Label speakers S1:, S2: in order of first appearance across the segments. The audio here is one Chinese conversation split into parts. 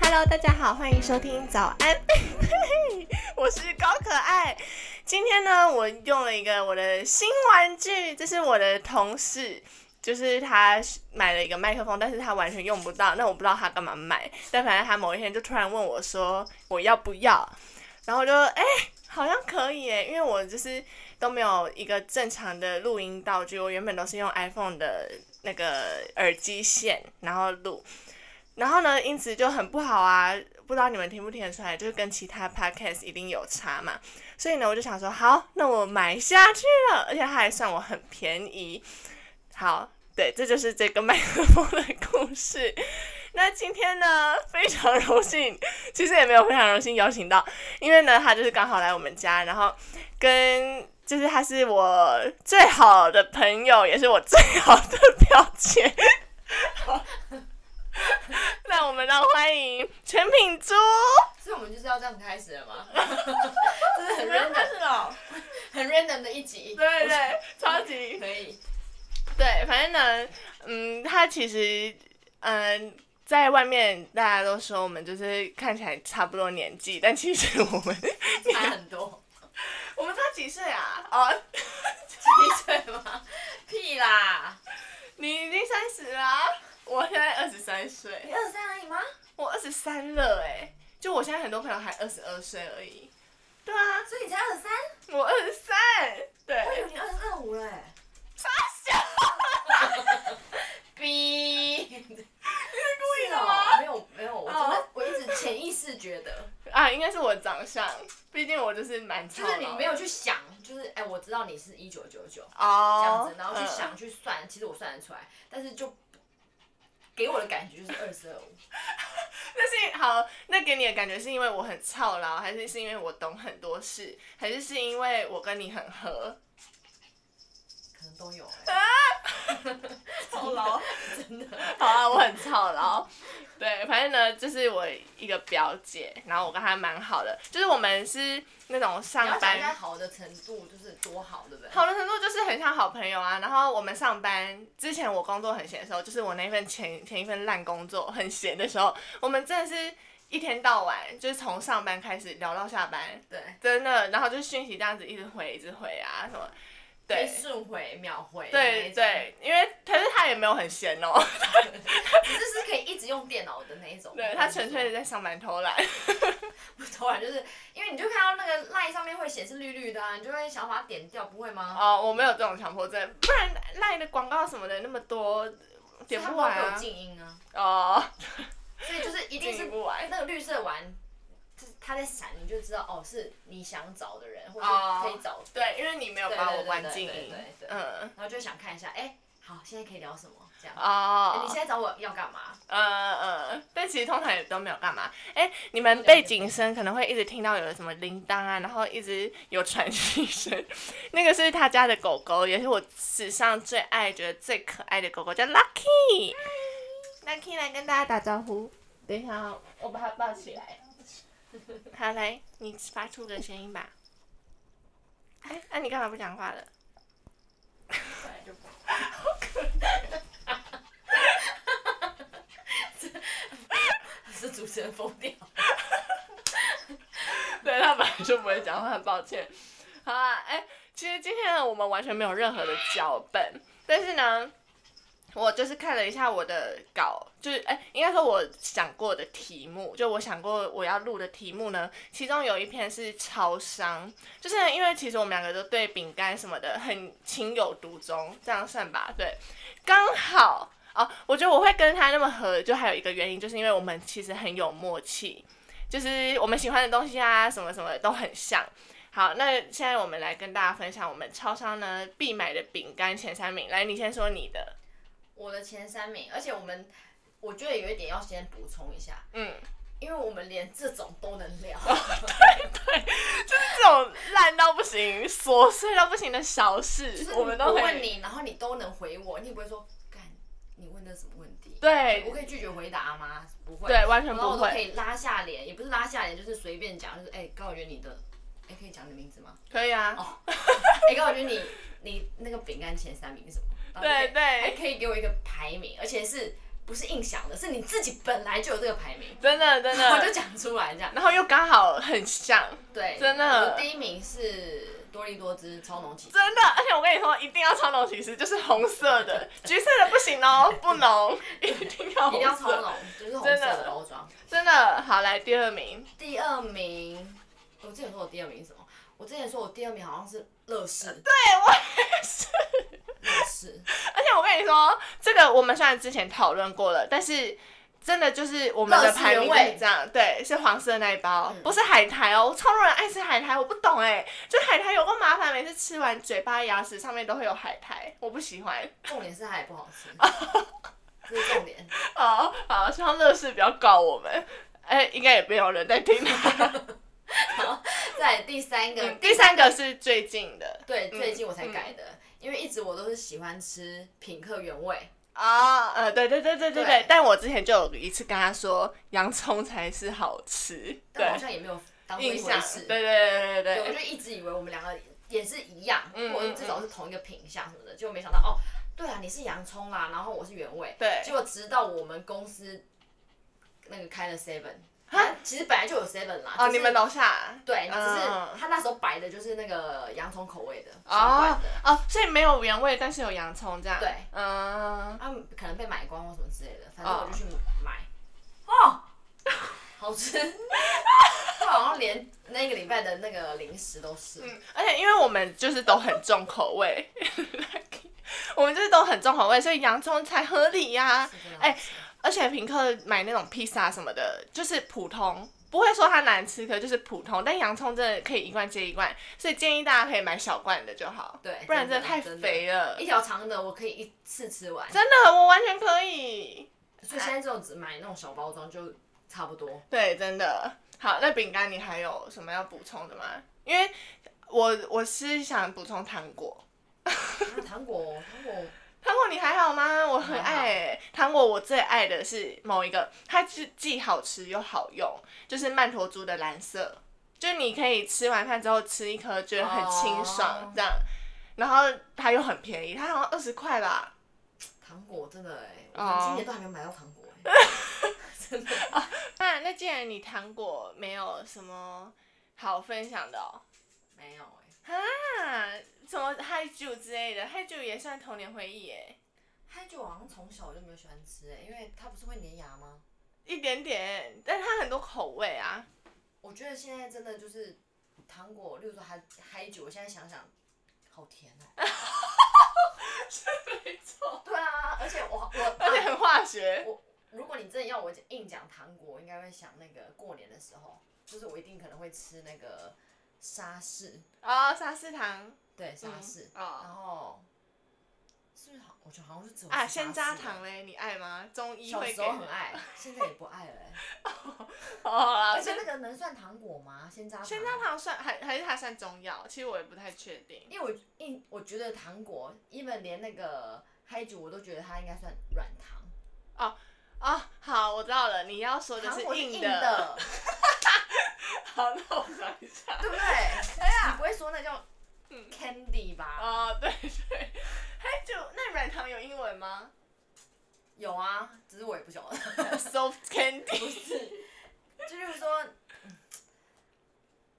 S1: Hello，大家好，欢迎收听早安， 我是高可爱。今天呢，我用了一个我的新玩具，这是我的同事，就是他买了一个麦克风，但是他完全用不到。那我不知道他干嘛买，但反正他某一天就突然问我说我要不要，然后我就哎、好像可以哎，因为我就是都没有一个正常的录音道具，我原本都是用 iPhone 的那个耳机线，然后录。然后呢，因此就很不好啊，不知道你们听不听得出来，就是跟其他 podcast 一定有差嘛。所以呢，我就想说，好，那我买下去了，而且它还算我很便宜。 好，对，这就是这个麦克风的故事。那今天呢，非常荣幸，其实也没有非常荣幸邀请到，因为呢，他就是刚好来我们家，然后跟就是他是我最好的朋友，也是我最好的表姐。好，那我们让欢迎全品猪，
S2: 所以我们就是要这样开始了吗？这是很 random
S1: 哦，
S2: 很 random 的一集，
S1: 对 对，超级
S2: 可以。
S1: 对，反正呢，嗯，他其实，嗯，在外面大家都说我们就是看起来差不多年纪，但其实我们
S2: 差很多，
S1: 我们差几岁啊？哦，
S2: 七岁吗？ 屁啦，
S1: 你已经三十啦，我现在二十三岁
S2: 你，二十三而已吗？
S1: 我二十三了哎、就我现在很多朋友还二十二岁而已。对啊，
S2: 所以你才二十三，
S1: 我二十三，对，
S2: 我以为你二十二五了哎。
S1: 傻笑，
S2: 逼，
S1: 故意
S2: 是
S1: 的
S2: 哦，
S1: 吗？
S2: 没有没有，我真
S1: 哦
S2: 的我一直潜意识觉得，
S1: 啊，应该是我的长相，毕竟我就是蛮
S2: 就
S1: 操
S2: 是你
S1: 劳
S2: 没
S1: 的
S2: 有去想，就是哎，我知道你是一九九九这样
S1: 哦
S2: 子，，然后去
S1: 嗯
S2: 想去算，其实我算得出来，但是就给我的感觉就是二十二五。
S1: 但是好，那给你的感觉是因为我很操劳，还是是因为我懂很多事，还是是因为我跟你很合？
S2: 可能都有哎、
S1: 操劳，
S2: 真的。
S1: 好啊，我很操劳。对，反正呢，就是我一个表姐，然后我跟她蛮好的，就是我们是那种
S2: 你要
S1: 上
S2: 讲一下
S1: 班。
S2: 好的程度就是多好，对不对？
S1: 好的程度就是很像好朋友啊，然后我们上班之前我工作很闲的时候，就是我那份前前一份烂工作很闲的时候，我们真的是一天到晚就是从上班开始聊到下班，
S2: 对，
S1: 真的，然后就讯息这样子一直回，一直回啊什么，
S2: 可以
S1: 对
S2: 顺回秒回，
S1: 对，对，因为可是他也没有很闲哦，
S2: 只是是可以一直用电脑的那一种。
S1: 对他纯粹是在上班偷懒，
S2: 不 突然就是因为你就看到那个 line 上面会显示绿绿的啊，你就会想把它点掉，不会吗？
S1: 哦，我没有这种强迫症，不然赖的广告什么的那么多，点
S2: 所以它
S1: 不
S2: 不会
S1: 完
S2: 给我
S1: 啊，
S2: 静音啊，
S1: 哦，
S2: 所以就是一定
S1: 点
S2: 是
S1: 不完，
S2: 那个绿色完，就是它在闪，你就知道哦，是你想找的人，或者
S1: 哦
S2: 可以找，
S1: 对，因为你没有
S2: 对
S1: 把我
S2: 对对
S1: 玩
S2: 对
S1: 静
S2: 对
S1: 音
S2: 对，对
S1: 嗯，
S2: 然后就想看一下，哎，好，现在可以聊什么这样？哎你
S1: 哦
S2: 现，在找我要干嘛？
S1: 呃呃， 但其实通常也都没有干嘛，哎，你们背景声可能会一直听到有什么铃铛啊，然后一直有喘息声， 那个是他家的狗狗，也是我史上最爱、觉得最可爱的狗狗，叫 Lucky。Lucky 来跟大家打招呼。等一下哦，我把它抱起来。好，来，你发出个声音吧。哎，那、你干嘛不讲话了？
S2: 本来就不会。 是主持人疯掉，
S1: 对他本来就不会讲话，很抱歉。好啊，哎、其实今天呢，我们完全没有任何的脚本，但是呢，我就是看了一下我的稿，就是哎、应该说我想过的题目，就我想过我要录的题目呢，其中有一篇是超商，就是呢因为其实我们两个都对饼干什么的很情有独钟，这样算吧？对，刚好。哦，我觉得我会跟他那么合，就还有一个原因，就是因为我们其实很有默契。就是我们喜欢的东西啊，什么什么都很像。好，那现在我们来跟大家分享我们超商呢必买的饼干前三名。来，你先说你的。
S2: 我的前三名，而且我们我觉得有一点要先补充一下，
S1: 嗯，
S2: 因为我们连这种都能聊，
S1: 这种烂到不行、琐碎到不行的小
S2: 就
S1: 事
S2: 是，
S1: 我们都可
S2: 问
S1: 以。
S2: 你，然后你都能回我，你也不会说干你问的什么问题，我
S1: 对
S2: 可以拒绝回答吗？不会，
S1: 对，完全
S2: 然后
S1: 不
S2: 我都可
S1: 会。
S2: 以拉下脸，也不是拉下脸，就是随便讲，就是哎、高我觉得你的，哎、可以讲你的名字吗？
S1: 可以啊，
S2: 哦， 哎、哥，我觉得你 你那个饼干前三名是什么？然后就可以
S1: 对对
S2: 还可以给我一个排名，而且是不是硬想的，是你自己本来就有这个排名，
S1: 真的 真
S2: 我就
S1: 的，
S2: 讲出来这样。
S1: 然后又刚好很像，
S2: 对，
S1: 真的
S2: 我第一名是多利多汁超浓起司，
S1: 真的，而且我跟你说，一定要超浓其实就是红色的，橘色的不行哦，不浓， 一定要
S2: 一
S1: 红
S2: 定要超
S1: 色，
S2: 浓，就是红
S1: 真
S2: 色
S1: 的
S2: 的包装。
S1: 真的好，来第二名，
S2: 第二名，我之前说我第二名是什么？我之前说我第二名好像是乐事，
S1: 对我也是。
S2: 乐事，
S1: 而且我跟你说，这个我们虽然之前讨论过了，但是真的就是我们的排名就是这样，对，是黄色那一包，
S2: 嗯
S1: 不是海苔哦。超多人爱吃海苔，我不懂哎，就海苔有个麻烦，每次吃完嘴巴、牙齿上面都会有海苔，我不喜欢。
S2: 重点是它也不好 吃，这是重点。
S1: 哦，好，希望乐视不要告我们。哎，应该也没有人在听。啊
S2: 再来第三个，
S1: 第三个是最近的
S2: 嗯对，
S1: 嗯
S2: 最近我才改的，因为一直我都是喜欢吃品客原味，
S1: 啊、呃，对对对对对对
S2: 对，
S1: 但我之前就有一次跟他说，洋葱才是好吃，对
S2: 但，好像也没有当过一
S1: 印
S2: 回
S1: 象，
S2: 事。
S1: 对对对对对
S2: 对，我就一直以为我们两个也是一样，
S1: 嗯
S2: 或者至少是同一个品相什么的，就没想到哦，对啊，你是洋葱啦，然后我是原味，
S1: 对
S2: 结果直到我们公司那个开了 seven，它其实本来就有 seven 啦，
S1: 哦，
S2: 就是
S1: 你们楼下
S2: 对，只是
S1: 嗯
S2: 他那时候摆的就是那个洋葱口味的，小
S1: 哦
S2: 罐的，
S1: 哦，所以没有原味，但是有洋葱这样。
S2: 对
S1: 嗯，
S2: 啊，可能被买光或什么之类的，反正
S1: 哦
S2: 我就去买，哦， 好吃， 它好像连那个礼拜的那个零食都是，
S1: 嗯而且因为我们就是都很重口味， 我们就是都很重口味，所以洋葱才合理呀、
S2: 是真的好
S1: 哎
S2: 吃
S1: 而且平克买那种披萨什么的，就是普通。不会说它难吃，可就是普通。但洋葱真的可以一罐接一罐，所以建议大家可以买小罐的就好，
S2: 对
S1: 不然真的
S2: 真的
S1: 太
S2: 真的
S1: 肥了。
S2: 一条长的我可以一次吃完，
S1: 真的，我完全可以。
S2: 所以现在这种只买那种小包装就差不多。
S1: 对，真的。好，那饼干你还有什么要补充的吗？因为我我是想补充糖果，
S2: 啊，糖果，糖果，
S1: 糖果你还好吗？我很
S2: 还好
S1: 爱、欸、糖果，我最爱的是某一个，它是既好吃又好用，就是曼陀珠的蓝色，就是你可以吃完饭之后吃一颗，觉得很清爽
S2: 哦
S1: 这样。然后它又很便宜，它好像二十块吧，
S2: 糖果真的哎、我
S1: 哦
S2: 们今年都还没有买到糖果哎、真的。
S1: 那那既然你糖果没有什么好分享的哦，
S2: 没有哎、
S1: 啊， 什么嗨酒之类的，嗨酒也算童年回忆耶，
S2: 嗨酒我好像从小我就没有喜欢吃哎、因为它不是会粘牙吗？
S1: 一点点，但它很多口味啊。
S2: 我觉得现在真的就是糖果，例如说嗨嗨酒，我现在想想，好甜哦、
S1: 没错，
S2: 对啊，而且我我
S1: 而且很化学。
S2: 我，如果你真的要我硬讲糖果，我应该会想那个过年的时候，就是我一定可能会吃那个沙士。
S1: 哦，沙士糖
S2: 对，沙士，
S1: 嗯哦
S2: 然后是不是好？我觉得好像是只有
S1: 啊，
S2: 吃沙
S1: 鲜榨
S2: 士欸
S1: 糖嘞，你爱吗？中医
S2: 小
S1: 会
S2: 时
S1: 给
S2: 候很爱，现在也不爱了欸、
S1: 哦啊，
S2: 而且
S1: 鲜
S2: 那个能算哎糖果吗？鲜榨糖
S1: 鲜榨，糖算还还是它算中药？其实我也不太确定。
S2: 因为我因我觉得糖果，even 连那个嗨酒我都觉得它应该算软糖，
S1: 哦，好，我知道了，你要说的
S2: 糖
S1: 是
S2: 果
S1: 硬
S2: 硬
S1: 的。
S2: 的，
S1: 好，那我想一 下。
S2: 对不对？ 哎
S1: 啊
S2: 呀，你不会说那叫
S1: 嗯
S2: candy 吧？
S1: 哦，对对，嗨酒那软糖有英文 吗
S2: 有啊，只是我也不晓得，
S1: ？Soft candy。
S2: 不是，就是说。嗯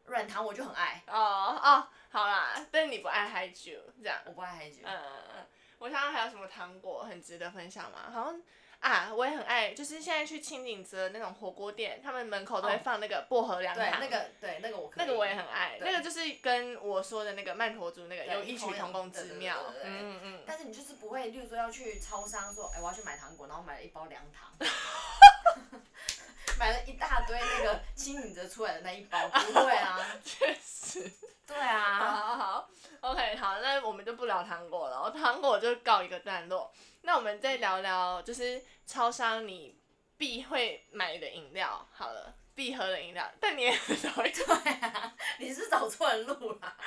S2: 软糖我就很爱，
S1: 哦哦，好啦，但你不爱嗨酒这样。
S2: 我不爱嗨酒。
S1: 嗯，我想想还有什么糖果很值得分享吗？好像啊，我也很爱，就是现在去清景泽那种火锅店，他们门口都会
S2: 哦
S1: 放那个薄荷凉
S2: 对，
S1: 糖，
S2: 那个对那个我可
S1: 那
S2: 以
S1: 个我也很爱，
S2: 对
S1: 那个就是跟我说的那个曼陀珠那个
S2: 对
S1: 有异曲同工之妙
S2: 对。对对对
S1: 嗯嗯 嗯，
S2: 但是你就是不会，例如说要去超商说，哎、我要去买糖果，然后买了一包凉糖， 买了一大堆那个清理着出来的那一包，不会 啊，
S1: 确实。
S2: 对
S1: 好
S2: 啊，
S1: 好好，OK，好，那我们就不聊糖果了，糖果就告一个段落。那我们再聊聊，就是超商你必会买的饮料，好了，必喝的饮料，但你也很少一
S2: 对啊，你是找错人路 啦，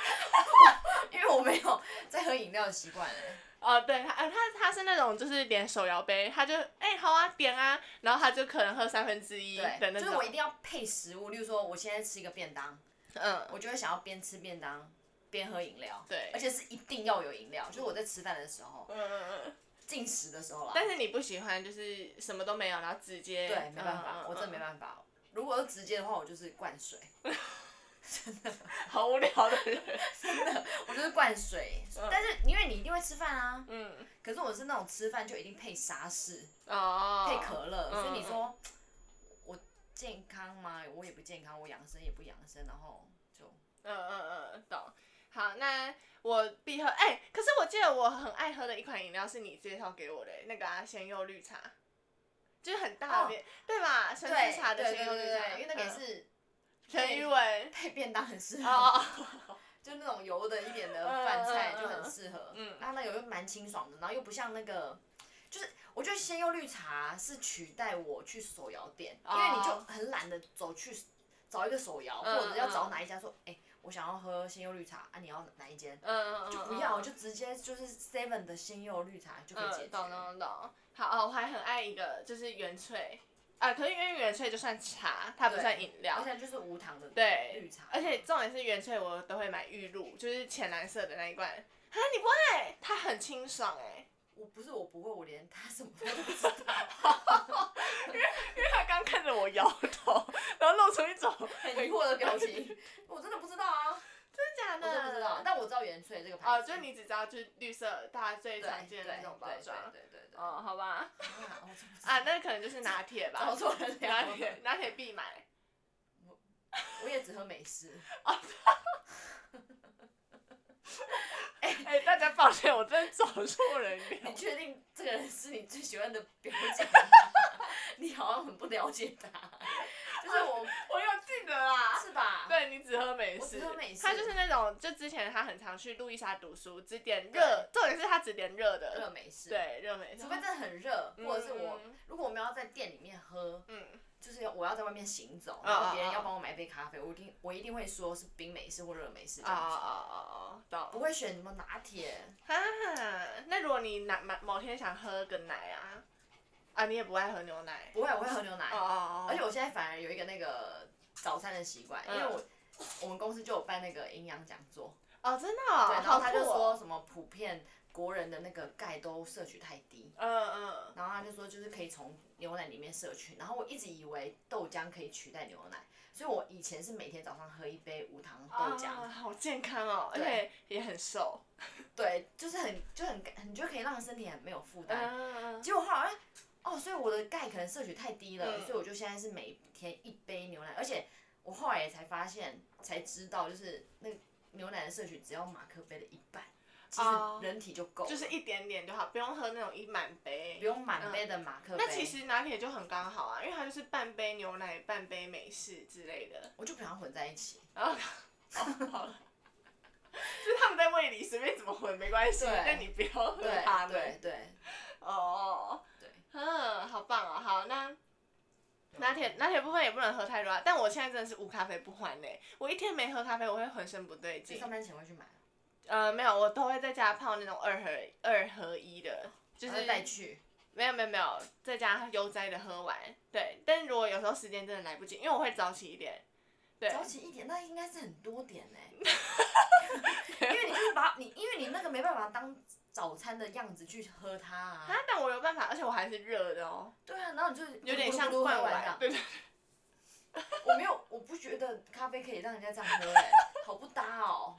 S2: 因为我没有在喝饮料的习惯哎，
S1: 哦，对，他呃他他是那种就是点手摇杯，他就哎、好啊点啊，然后他就可能喝三分之一的
S2: 对，
S1: 那
S2: 就
S1: 种，
S2: 是我一定要配食物，例如说我现在吃一个便当，
S1: 嗯，
S2: 我就会想要边吃便当边喝饮料，
S1: 对
S2: 而且是一定要有饮料，就是我在吃饭的时候，
S1: 嗯嗯嗯，
S2: 进食的时候啦。
S1: 但是你不喜欢就是什么都没有，然后直接
S2: 对，没办
S1: 嗯
S2: 法，我真的没
S1: 嗯
S2: 办法。如果是直接的话，我就是灌水，
S1: 嗯好无聊的人，
S2: 我就是灌水。
S1: 嗯
S2: 但是因为你一定会吃饭啊，
S1: 嗯，
S2: 可是我是那种吃饭就一定配沙士、
S1: 哦，
S2: 配可乐，
S1: 嗯
S2: 所以你说我健康吗？我也不健康，我养生也不养生，然后就
S1: 嗯嗯嗯，懂。好，那我必喝。哎、可是我记得我很爱喝的一款饮料是你介绍给我的、那个啊，鲜柚绿茶，就是很大的
S2: 哦
S1: 边、对吧？橙
S2: 对
S1: 汁茶的
S2: 对
S1: 鲜柚
S2: 对
S1: 绿
S2: 对对
S1: 茶，
S2: 对因为那个也
S1: 嗯
S2: 是
S1: 陈宇文。
S2: 配便当很适合。
S1: 哦，
S2: 就那种油的一点的饭菜
S1: 嗯嗯嗯
S2: 就很适合，
S1: 嗯
S2: 嗯，它那个又蛮清爽的，然后又不像那个，就是我觉得鲜柚绿茶是取代我去手摇店，
S1: 哦
S2: 因为你就很懒得走去找一个手摇，
S1: 嗯
S2: 或者要找哪一家说，哎、我想要喝鲜柚绿茶啊，你要哪一间？
S1: 嗯嗯，
S2: 就不要，就直接就是 Seven 的鲜柚绿茶就可以
S1: 嗯
S2: 解决。
S1: 懂懂懂。好、哦，我还很爱一个，就是原萃啊，可是因为原萃就算茶，它不
S2: 对
S1: 算饮料
S2: 而。且就是无糖的
S1: 对，
S2: 绿茶，
S1: 而且重点是原萃我都会买玉露，就是浅蓝色的那一罐。啊，你不爱？它很清爽哎、
S2: 我不是我不会，我连它什么都不知道，
S1: 因为他刚看着我摇头，然后露出一种
S2: 很疑惑的表情，我真的不知道啊，
S1: 真
S2: 我真的不知道，但我知道原萃这个牌
S1: 哦，
S2: 子。
S1: 就是你只知道就是绿色，大家最
S2: 对
S1: 常见的那种包装。
S2: 对对对对对。
S1: 哦，好吧。
S2: 啊，我怎么知道
S1: 啊，那可能就是拿铁吧
S2: 找。错人
S1: 拿
S2: 了？
S1: 铁，拿铁必买。
S2: 我也只喝美式。
S1: 哎、大家抱歉，我真的找错 人
S2: 你
S1: 了。
S2: 确定这个人是你最喜欢的表姐 吗？你好像很不了解他，就是我，
S1: 哦我有记得啦。
S2: 是吧？
S1: 对你只喝美
S2: 我
S1: 式
S2: 只喝美，式
S1: 他就是那种，就之前他很常去路易莎读书，只点热，重点是他只点热
S2: 热
S1: 的，
S2: 美式。，
S1: 对热美式，
S2: 除非真的很热，
S1: 嗯
S2: 或者是我
S1: 嗯
S2: 如果我们要在店里面喝，
S1: 嗯
S2: 就是我要在外面行走，
S1: 啊
S2: 然
S1: 啊啊
S2: 后别人要帮我买杯咖啡，我一定我一定会说是冰美式或热美式这
S1: 啊
S2: 样
S1: 啊
S2: 子，
S1: 啊啊，啊懂
S2: 不。会选什么拿铁。
S1: 啊，那如果你哪某某天想喝个奶啊，啊，你也不爱喝牛奶。
S2: 不会，我会喝牛奶。
S1: 哦哦
S2: 而
S1: 哦，
S2: 且我现在反而有一个那个早餐的习惯，因为
S1: 嗯
S2: 我、我们公司就有办那个营养讲座，
S1: 哦，真的、哦，
S2: 对，然后他就
S1: 好酷
S2: 说
S1: 哦，
S2: 什么普遍国人的那个钙都摄取太低，
S1: 嗯嗯，
S2: 然后他就说就是可以从牛奶里面摄取，然后我一直以为豆浆可以取代牛奶，所以我以前是每天早上喝一杯无糖豆浆，
S1: 啊，好健康哦，而
S2: 对
S1: 且也很瘦，
S2: 对，就是很就很很就可以让身体很没有负担，
S1: 嗯，
S2: 结果后来，哦，所以我的钙可能摄取太低了，
S1: 嗯
S2: 所以我就现在是每天一杯牛奶，而且我后来也才发现，才知道就是那个牛奶的摄取只要马克杯的一半，其实
S1: 哦
S2: 人体就够了，
S1: 就是一点点就好，不用喝那种一满杯
S2: 不。用满杯的马克杯。
S1: 那其实拿铁就很刚好啊，因为它就是半杯牛奶、半杯美式之类的，
S2: 我就不想混在一起，
S1: 然 后哦好了， 就是他们在胃里随便怎么混没关系，
S2: 对
S1: 但你不要喝
S2: 对
S1: 它们。
S2: 对对
S1: 哦，
S2: 对，
S1: 嗯，好棒哦。好，那
S2: 啊
S1: 拿铁拿铁部分也不能喝太多啊。但我现在真的是无咖啡不欢嘞、我一天没喝咖啡，我会浑身不对
S2: 所
S1: 劲
S2: 以上。班前会去买，
S1: 呃，没有，我都会在家泡那种二合二合一的，就
S2: 就是是带去，
S1: 没有没有没有，在家悠哉的喝完。对，但如果有时候时间真的来不及，因为我会早起一点。对，
S2: 早起一点，那应该是很多 点呢、因为你就是把你，因为你那个没办法当早餐的样子去喝它啊
S1: 啊。，但我有办法，而且我还是热的哦，
S2: 对啊，然后你就是
S1: 有点
S2: 咕噜咕噜
S1: 像
S2: 喝
S1: 灌
S2: 完这
S1: 完
S2: 样。
S1: 对对
S2: 我没有，我不觉得咖啡可以让人家这样喝、哎，好不搭 哦。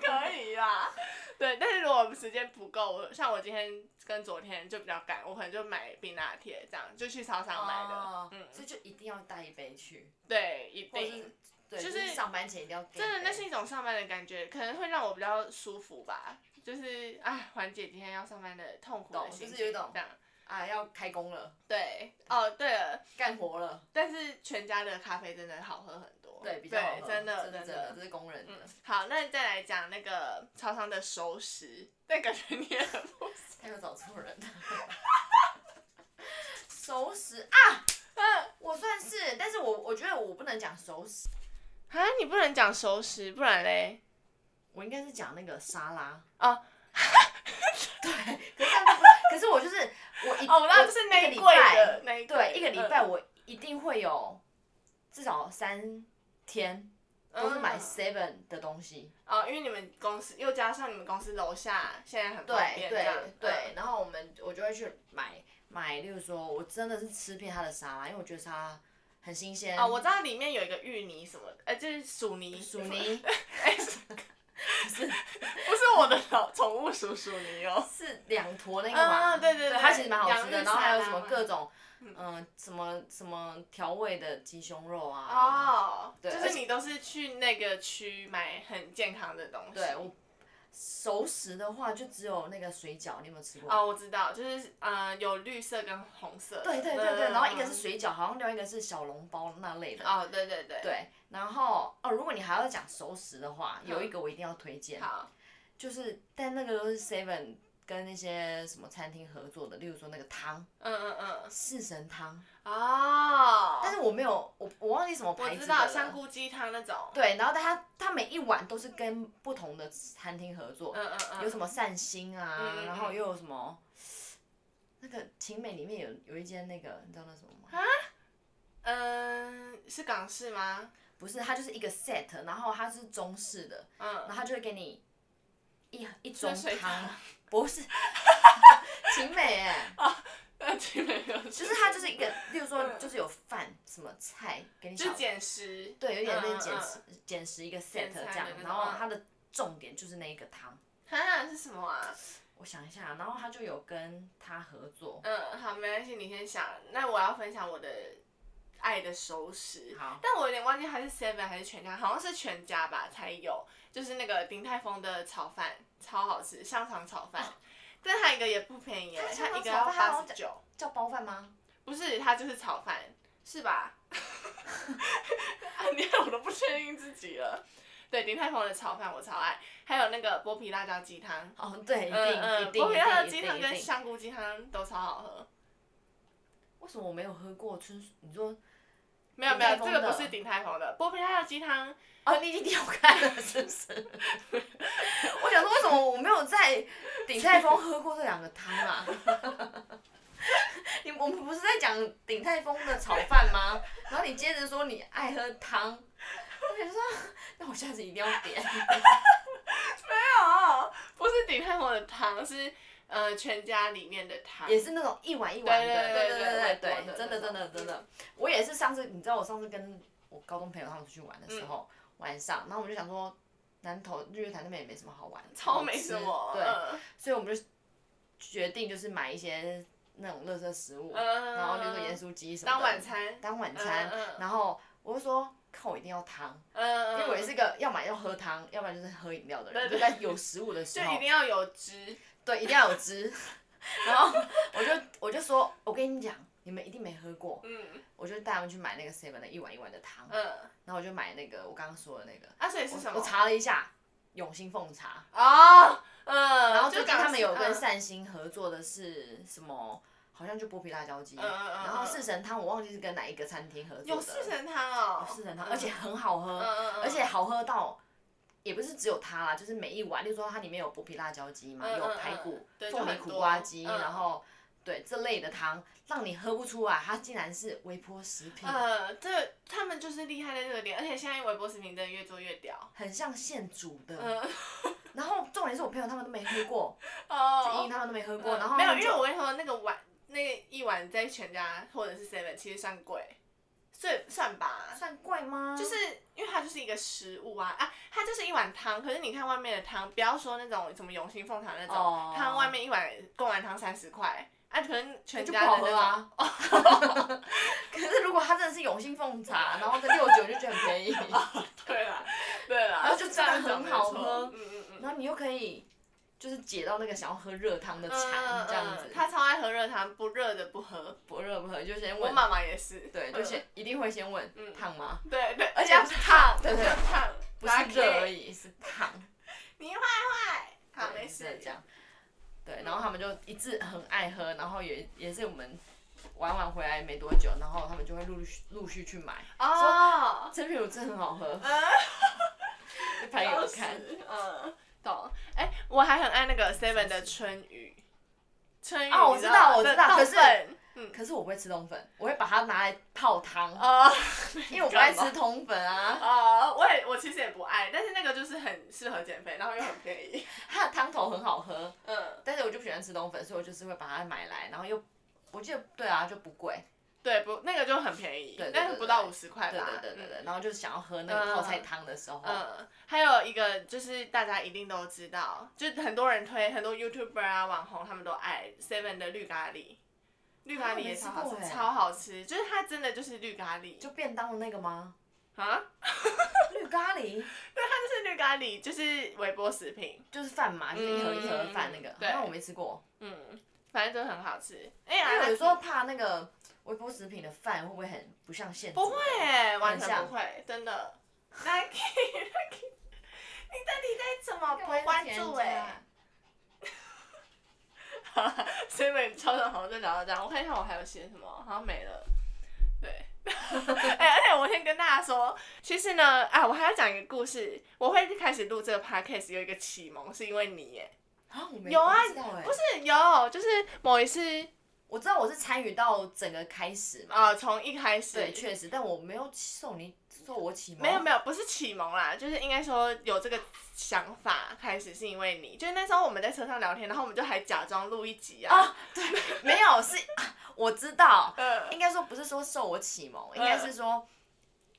S1: 可以 啦，对， 但是如果时间不够，我像我今天跟昨天就比较赶，我可能就买冰拿铁这样，就去超商买的。
S2: 哦
S1: 嗯，
S2: 所以就一定要带一杯去，
S1: 对，一
S2: 或者
S1: 定
S2: 是。对，
S1: 就
S2: 就是是上班前一定要给一杯。
S1: 真的，那是一种上班的感觉，可能会让我比较舒服吧，就是哎，缓解今天要上班的痛苦的
S2: 懂
S1: 心情，
S2: 就是有一种
S1: 这样。
S2: 啊，要开工了，
S1: 对，哦对了，
S2: 干活了，
S1: 但是全家的咖啡真的好喝很多，
S2: 对，比较好喝
S1: 真的
S2: 真的真的，这是工人的。
S1: 嗯，好，那再来讲那个超商的熟食，但感觉你也很不
S2: 他又找 错人了。熟食啊，
S1: 嗯
S2: 我算是，但是我我觉得我不能讲熟食，
S1: 啊，你不能讲熟食，不然嘞，
S2: 我应该是讲那个沙拉。
S1: 哦，
S2: 可是这样就不可是我就是我一
S1: 哦，那
S2: 我
S1: 就是
S2: 一
S1: 那
S2: 个
S1: 一
S2: 礼
S1: 柜嗯
S2: 拜
S1: 的那一
S2: 对，一个礼拜
S1: 嗯
S2: 我一定会有至少三天都是买
S1: 嗯
S2: Seven 的东西。
S1: 哦，因为你们公司又加上你们公司楼下现在很方
S2: 对
S1: 便，这
S2: 对
S1: 样嗯
S2: 对，，然后我们我就会去买买，例如说我真的是吃遍它的沙拉，因为我觉得沙拉很新鲜。
S1: 嗯哦，我知道里面有一个芋泥什么的，呃，就是薯泥，
S2: 薯泥
S1: 不 是我的老宠物鼠鼠泥哦。
S2: 是两坨那个嘛，
S1: 嗯对对对
S2: 它其实蛮好
S1: 洋
S2: 吃
S1: 芋
S2: 的。然后还
S1: 沙
S2: 有
S1: 拉
S2: 什么
S1: 嘛
S2: 各种，嗯、什么什么调味的鸡胸肉啊。
S1: 哦，就
S2: 对
S1: 是
S2: 而且
S1: 你都是去那个区买很健康的东西。
S2: 对，我熟食的话就只有那个水饺，你有没有吃过？
S1: 哦，我知道，就是呃，有绿色跟红色的。
S2: 对对对对，
S1: 嗯
S2: 然后一个是。水饺，好像另外一个是小笼包那类的。
S1: 哦，对对对。。
S2: 对，然后哦，如果你还要讲熟食的话，有一个我一定要推荐，
S1: 好，
S2: 就是但那个都是 Seven 跟那些什么餐厅合作的，例如说那个汤
S1: 嗯嗯嗯。
S2: 四神汤，
S1: 哦。
S2: 但是我没有我我忘记什么
S1: 我
S2: 牌
S1: 知
S2: 子的
S1: 道
S2: 了。
S1: 香菇鸡汤那种。
S2: 对，然后但它它每一碗都是跟不同的餐厅合作，
S1: 嗯嗯嗯。
S2: 有什么善心啊，
S1: 嗯嗯嗯
S2: 然后又有什么。那个晴美里面有有一间那个，你知道那什么吗？
S1: 嗯，是港式吗？
S2: 不是，它就是一个 set，然后它是中式的，然
S1: 嗯，
S2: 后他就会给你一一盅
S1: 水
S2: 汤
S1: 汤，
S2: 不是， 晴美哎，
S1: 哦那 基本上就
S2: 就是它就是一个，例如说就是有饭什么菜给你
S1: 嗯就
S2: 小，
S1: 减食，
S2: 对，有点类似
S1: 嗯
S2: 减
S1: 嗯
S2: 食减食一个 set
S1: 减餐的
S2: 这样
S1: 那，种
S2: 然后
S1: 嗯
S2: 它的重点就是那一个汤，
S1: 哈是什么啊？
S2: 我想一下，然后他就有跟他合作，
S1: 嗯，好，没关系，你先想。那我要分享我的爱的熟食，
S2: 好，
S1: 但我有点忘记它是 Seven 还是全家，好像是全家吧才有，就是那个鼎泰丰的炒饭，超好吃，香肠炒饭。但它一个也不便宜耶，
S2: 哦它香
S1: 它
S2: 肠
S1: 一个
S2: 炒
S1: 要
S2: 饭它好
S1: 八
S2: 像
S1: 十九，
S2: 叫包饭吗？
S1: 不是，它就是炒饭，是吧？ 啊，你看我都不确定自己了。对，鼎泰丰的炒饭我超爱，还有那个剥皮辣椒鸡汤，
S2: 哦，对，一定
S1: 嗯嗯，
S2: 一定
S1: 剥皮辣椒
S2: 一
S1: 鸡
S2: 定
S1: 汤
S2: 一
S1: 跟
S2: 定一定，
S1: 香菇鸡汤都超好喝。
S2: 为什么我没有喝过春水？你说
S1: 没有没有，
S2: 鼎泰
S1: 这
S2: 丰
S1: 个
S2: 的
S1: 不是鼎泰丰的，剥皮辣椒鸡汤
S2: 哦，你已经调开了，是不是？ 我想说，为什么我没有在鼎泰丰喝过这两个汤啊？ 你我们不是在讲鼎泰丰的炒饭吗？然后你接着说你爱喝汤， 我想说，那我下次一定要点。
S1: 哦，不是鼎泰丰的汤，是呃全家里面的汤，
S2: 也是那种一碗一碗的，
S1: 啊对
S2: 对
S1: 对对
S2: 对
S1: 对对
S2: 对，真的
S1: 对
S2: 真的真的。我也是上次，你知道我上次跟我高中朋友他们出去玩的时候，晚上，然后我们就想说，南投日月潭那边也没什么好玩，
S1: 超哦没
S2: 好吃
S1: 什么，
S2: 对，所以我们就决定就是买一些那种垃圾食物，
S1: 嗯，
S2: 然后比如说盐酥鸡什么的
S1: 当晚，餐，
S2: 当晚餐，
S1: 嗯嗯
S2: 然后我就说。看我一定要汤，
S1: 嗯，嗯
S2: 因为我也是个要么要喝汤，要不然就是喝饮料的
S1: 对
S2: 人，
S1: 对
S2: 就在有食物的时
S1: 就
S2: 候
S1: 一，定要有汁，
S2: 对，一定要有汁。然后我就我就说，我跟你讲，你们一定没喝过，
S1: 嗯
S2: 我就带他们去买那个 seven 的一碗一碗的汤，
S1: 嗯，
S2: 然后我就买那个我刚刚说的那个，
S1: 啊，所以是什
S2: 我
S1: 么
S2: 我？查了一下，永兴凤茶，
S1: 哦，嗯，
S2: 然后最近
S1: 港
S2: 他们有
S1: 式
S2: 跟
S1: 嗯
S2: 善心合作的是什么？好像就剥皮辣椒鸡，
S1: 嗯嗯嗯
S2: 然后四神汤我忘记是跟哪一个餐厅合作的。
S1: 有四神汤哦
S2: 有，四神汤，
S1: 嗯
S2: 而且很好喝，
S1: 嗯嗯嗯
S2: 而且好喝到也不是只有它啦，就是每一碗，例如说它里面有剥皮辣椒鸡嘛，
S1: 嗯嗯
S2: 有排骨
S1: 嗯、对
S2: 凤
S1: 就
S2: 梨
S1: 很多
S2: 苦瓜鸡，
S1: 嗯
S2: 然后对这类的汤，让你喝不出来，它竟然是微波食品，
S1: 呃，这他们就是厉害在这个点，而且现在微波食品真的越做越屌，
S2: 很像现煮的。
S1: 嗯，
S2: 然后重点是我朋友他们都没喝过，莹莹
S1: 哦，
S2: 他们都没喝过，然后
S1: 没有，
S2: 他们
S1: 因
S2: 就
S1: 为我跟你说，那个碗那个一碗在全家或者是 Seven 其实算贵，算算吧，
S2: 啊算贵吗？
S1: 就是因为它就是一个食物啊啊，它就是一碗汤。可是你看外面的汤，不要说那种什么永兴凤茶那种
S2: 哦
S1: 汤，外面一碗贡丸汤三十块，啊，可能全
S2: 就
S1: 家的
S2: 不好
S1: 那
S2: 喝
S1: 种。
S2: 啊。可是如果它真的是永兴凤茶，然后这六九就觉得很便宜，
S1: 对啦，对啦，
S2: 然后就
S1: 这样
S2: 真的
S1: 讲
S2: 很
S1: 没
S2: 好
S1: 错
S2: 喝
S1: 嗯嗯嗯。
S2: 然后你又可以就是解到那个想要喝热汤
S1: 嗯
S2: 的馋，这样子。
S1: 他超爱喝热汤，不热的不喝。
S2: 不热不喝就先
S1: 我
S2: 问，
S1: 妈妈也是，
S2: 对，就先一定会先问
S1: 嗯
S2: 烫吗？
S1: 对对，
S2: 而且它不是烫对对
S1: 不是烫，
S2: 不是热而
S1: 已。
S2: 已，是烫。
S1: 你坏坏，好
S2: 对
S1: 没
S2: 是
S1: 事
S2: 这。样。
S1: 嗯
S2: 对，然后他们就一致很爱喝，然后也也是我们玩完回来没多久，然后他们就会陆续陆续去买。
S1: 哦，
S2: 这瓶乳真的很好喝，
S1: 嗯。
S2: 拍给我看。
S1: 嗯，懂。哎、我还很爱那个 Seven 的春雨，春雨
S2: 哦我
S1: 你
S2: 知道
S1: 吗
S2: 我
S1: 对
S2: 知道
S1: 冻
S2: 可是
S1: 粉嗯
S2: 可是我不会吃通粉，我会把它拿来泡汤，
S1: 哦，
S2: 因为我不爱
S1: 干嘛
S2: 吃通粉啊，
S1: 哦，我也我其实也不爱，但是那个就是很适合减肥，然后又很便宜。
S2: 它的汤头很好喝，
S1: 嗯，
S2: 但是我就不喜欢吃冬粉，所以我就是会把它买来，然后又，我记得对啊，就不贵，
S1: 对，不，那个就很便宜，
S2: 对对对
S1: 但是不到五十块
S2: 对
S1: 吧。
S2: 对对对
S1: 嗯
S2: 对，然后就想要喝那个泡菜汤的时候，
S1: 嗯，还有一个就是大家一定都知道，就是很多人推，很多 YouTuber 啊、网红他们都爱 Seven 的绿咖喱，绿咖喱也超好
S2: 啊我没
S1: 吃，
S2: 吃过欸
S1: 超好吃，就是它真的就是绿咖喱，
S2: 就便当的那个吗？
S1: 啊，
S2: 绿咖喱
S1: 它就是绿咖喱，就是微波食品，
S2: 就是饭嘛，就是一盒一盒饭那个
S1: 嗯，对
S2: 那我没吃过，
S1: 嗯，反正就很好吃。哎、
S2: 因
S1: 呀，
S2: 为我有时候怕那个微波食品的饭会不会很不像现
S1: 不会
S2: 煮的
S1: 欸，完
S2: 很
S1: 全
S2: 像
S1: 不会，真的。Nike，Nike，你 到底在怎么
S2: 我
S1: 不
S2: 也
S1: 关
S2: 是
S1: 注
S2: 田
S1: 哎、
S2: 家
S1: 好啦，Seven 超人好像就聊到这样，我看一下我还有写什么，好像没了。对， 哎、而且我先跟大家说，其实呢，啊，我还要讲一个故事。我会开始录这个 podcast 有一个启蒙，是因为你耶，
S2: 啊，我没
S1: 有啊
S2: 我不知道哎
S1: 不，是有，就是某一次
S2: 我知道我是参与到整个开始嘛，
S1: 啊，从、一开始
S2: 对，确实，但我没有送你送我启蒙，
S1: 没有没有，不是启蒙啦，就是应该说有这个想法开始是因为你，就是那时候我们在车上聊天，然后我们就还假装录一集啊，
S2: 啊没有是，我知道，
S1: 嗯
S2: 应该说不是说受我启蒙，应该是说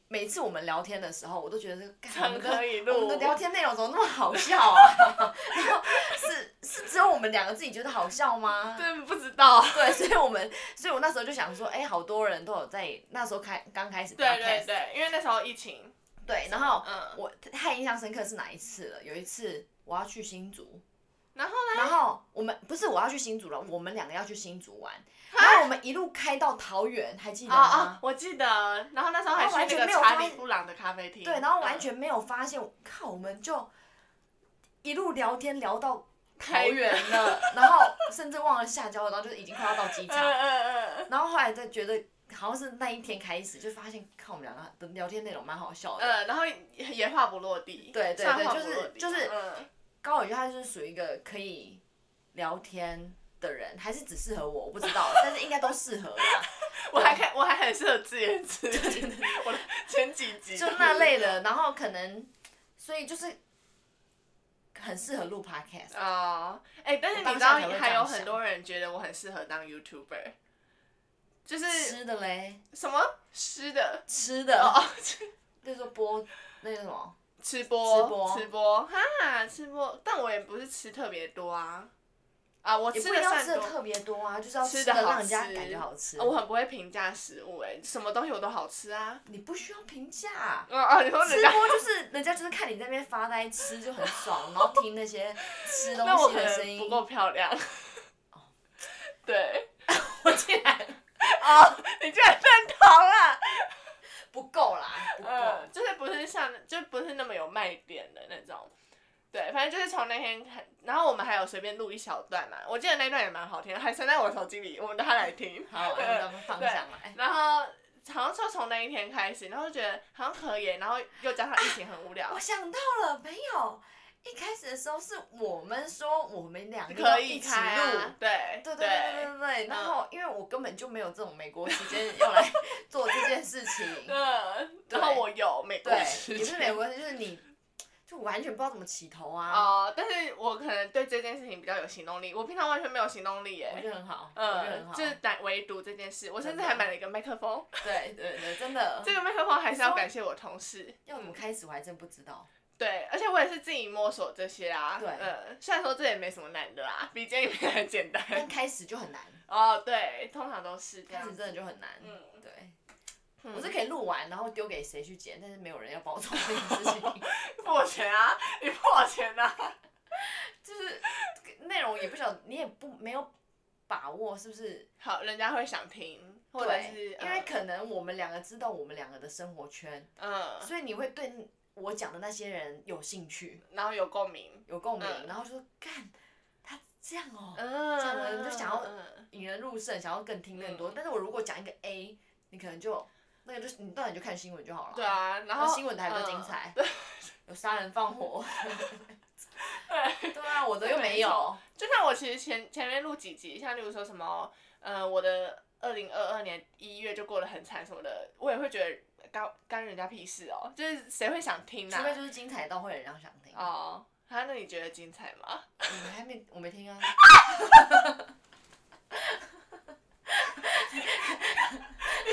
S2: 每次我们聊天的时候，我都觉得这个干我
S1: 很
S2: 们的
S1: 可以
S2: 我
S1: 录
S2: 们的，聊天内容怎么那么好笑啊？然后是是只有我们两个自己觉得好笑吗？
S1: 对，不知道，
S2: 对，所以我们，所以我那时候就想说，哎、好多人都有在那时候开刚开始
S1: 对对
S2: podcast，
S1: 对，因为那时候疫情，
S2: 对然后
S1: 嗯
S2: 我太印象深刻是哪一次了？有一次我要去新竹，
S1: 然后呢，
S2: 然后我们不是我要去新竹了，我们两个要去新竹玩，然后我们一路开到桃园，还记得
S1: 哦
S2: 吗？
S1: 哦，我记得，然后那时候还
S2: 然后完
S1: 去那个
S2: 全没有
S1: 查
S2: 发
S1: 理
S2: 现
S1: 布朗的咖啡厅，
S2: 对，然后完
S1: 嗯
S2: 全没有发现，靠，我们就一路聊天聊到桃
S1: 开
S2: 园了，然后甚至忘了下交了，然后就已经快要到机
S1: 嗯
S2: 场，
S1: 嗯嗯
S2: 然后后来再觉得好像是那一天开始，就发现看我们两个的聊天内容蛮好笑的。
S1: 嗯，然后也也话不落地，
S2: 对对
S1: 算
S2: 对
S1: 话
S2: 就
S1: 不
S2: 是
S1: 落地
S2: 就是
S1: 嗯
S2: 高伟觉得他就是属于一个可以聊天的人，还是只适合我，我不知道，但是应该都适合啦，
S1: 我还看我还很适合自言自语，我的前几集
S2: 就
S1: 都
S2: 那
S1: 是
S2: 类的，然后可能，所以就是很适合录 podcast。
S1: 哦，哎、但是你
S2: 我
S1: 知道
S2: 当下才会这
S1: 还
S2: 样
S1: 有很
S2: 想
S1: 多人觉得我很适合当 YouTuber，就是
S2: 吃的嘞，
S1: 什么吃的
S2: 吃 的，
S1: 哦，吃
S2: 就是说播那个什么，
S1: 吃播
S2: 吃播
S1: 吃播哈吃播，但我也不是吃特别多啊，啊，我
S2: 也
S1: 吃
S2: 不一
S1: 的
S2: 定要
S1: 算
S2: 吃的
S1: 多。
S2: 特别多啊，就是要
S1: 吃
S2: 的
S1: 得好
S2: 让人家
S1: 吃
S2: 感觉好吃。
S1: 啊我很不会评价食物、哎，什么东西我都好吃啊。
S2: 你不需要 评价。
S1: 哦哦，你说人
S2: 吃
S1: 家，
S2: 播就是人家就是看你在那边发呆吃就很爽，然后听那些吃东
S1: 那我
S2: 西
S1: 可
S2: 的声
S1: 能
S2: 音，哦
S1: 不够 漂亮。 对，
S2: 我竟然
S1: 哦，你居然认同了。
S2: 不够啦，不够。
S1: 呃，就是不是像，就不是那么有卖点的那种。对，反正就是从那天开，然后我们还有随便录一小段嘛，我记得那段也蛮好听的，还存在我手机里，我们都还来听。
S2: 好，
S1: 嗯对
S2: 那咱们放下哎来。
S1: 然后好像就从那一天开始，然后就觉得好像可以，欸然后又加上疫情很无聊
S2: 我，想到了，没有，一开始的时候是我们说我们两个
S1: 可
S2: 要
S1: 以
S2: 一起
S1: 开啊
S2: 录。，
S1: 对嗯
S2: 对对对对对，然后因为我根本就没有这种美国时间要 来做这件事情，
S1: 嗯，
S2: 对
S1: 然后我有美国
S2: 对，
S1: 时
S2: 也不是美
S1: 间。
S2: 国，就是你就完全不知道怎么起头啊，
S1: 哦，但是我可能对这件事情比较有行动力，我平常完全没有行动力耶。
S2: 我觉得很好，我觉得很
S1: 嗯，
S2: 好，
S1: 就是但唯独这件事，我甚
S2: 真
S1: 至
S2: 的啊嗯
S1: 还买了一个麦克风。
S2: 对对对，真的
S1: 这个麦克风还是要感谢我同事。
S2: 要怎么开始我还真不知 道，
S1: 对，而且我也是自己摸索这些啊。
S2: 对
S1: 嗯，虽然说这也没什么难的啦，比监狱还简 单。
S2: 但开始就很难，
S1: 哦，对，通常都是这
S2: 开
S1: 样
S2: 始。真的就很难，
S1: 嗯
S2: 对。
S1: 嗯
S2: 我是可以录完，然后丢给谁去剪，但是没有人要帮我做这件事情，
S1: 破钱啊，你破钱啊！
S2: 就是内容也不晓得，你也不没有把握是不是？
S1: 好，人家会想听，或者是
S2: 对，因为可能我们两个知道我们两个的生活圈，
S1: 嗯，嗯
S2: 所以你会对我讲的那些人有兴趣、
S1: 然后有共鸣，
S2: 有共鸣，
S1: 嗯
S2: 然后就说干他这样哦，
S1: 嗯，
S2: 这样的人就想要
S1: 嗯
S2: 引人入胜，想要更听更多。
S1: 嗯
S2: 但是我如果讲一个 A，你可能就那个就是你到底就看新闻就好了。
S1: 对，啊，然
S2: 然后嗯
S1: 后
S2: 哦
S1: 嗯
S2: 新闻台比较精彩，有杀人放火。 对啊，我的又没
S1: 没
S2: 有
S1: 错。就像我其实前前面录几集，像例如说什么，呃，我的二零二二年一月就过得很惨什么的，我也会觉得干干人家屁事哦，就是谁会想听呢、啊
S2: 除非就是精彩到会很让想听。
S1: 哦，他那你觉得精彩 吗？
S2: 你还没，我没听 啊。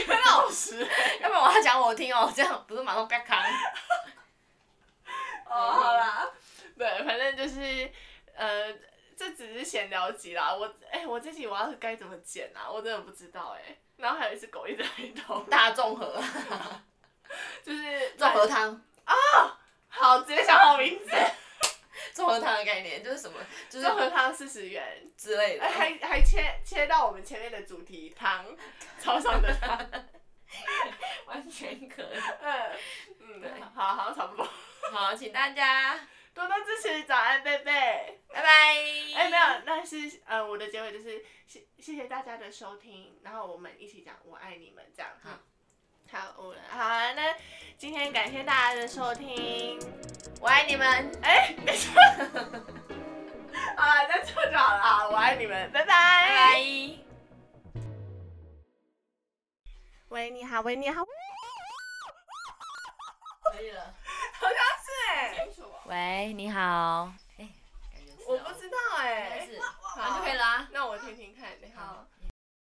S1: 很老实。
S2: 要不然我要讲我听哦，这样不是马上被 扛。
S1: 哦，好啦， 对，反正就是呃，这只是闲聊集啦。我哎、我这集我要该怎么剪啊？我真的不知道哎、然后还有一只狗一直在头，
S2: 大众 和，
S1: 就是
S2: 综合汤，
S1: 好，直接想好名字。
S2: 综合汤的概念就是什 么，就是
S1: 综 合汤四十元，
S2: 之类的
S1: 哎，。还还切切到我们前面的主题汤，超上的 汤。
S2: 完全可以。
S1: 嗯
S2: 对
S1: 嗯，好好差不多，
S2: 好，请大家
S1: 多多支持早安贝贝。
S2: 拜拜。
S1: 哎、没有，那是呃，我的结尾就是谢谢谢大家的收听，然后我们一起讲我爱你们这样哈。好，我们好啊，那今天感谢大家的收听，
S2: 我爱你们。
S1: 哎、 没事，啊，那就这样了啊，我爱你们，拜拜。
S2: 拜拜。
S1: 喂，你好，喂，你好，
S2: 可以了。
S1: 好像是哎、
S2: 喂，你好。哎哦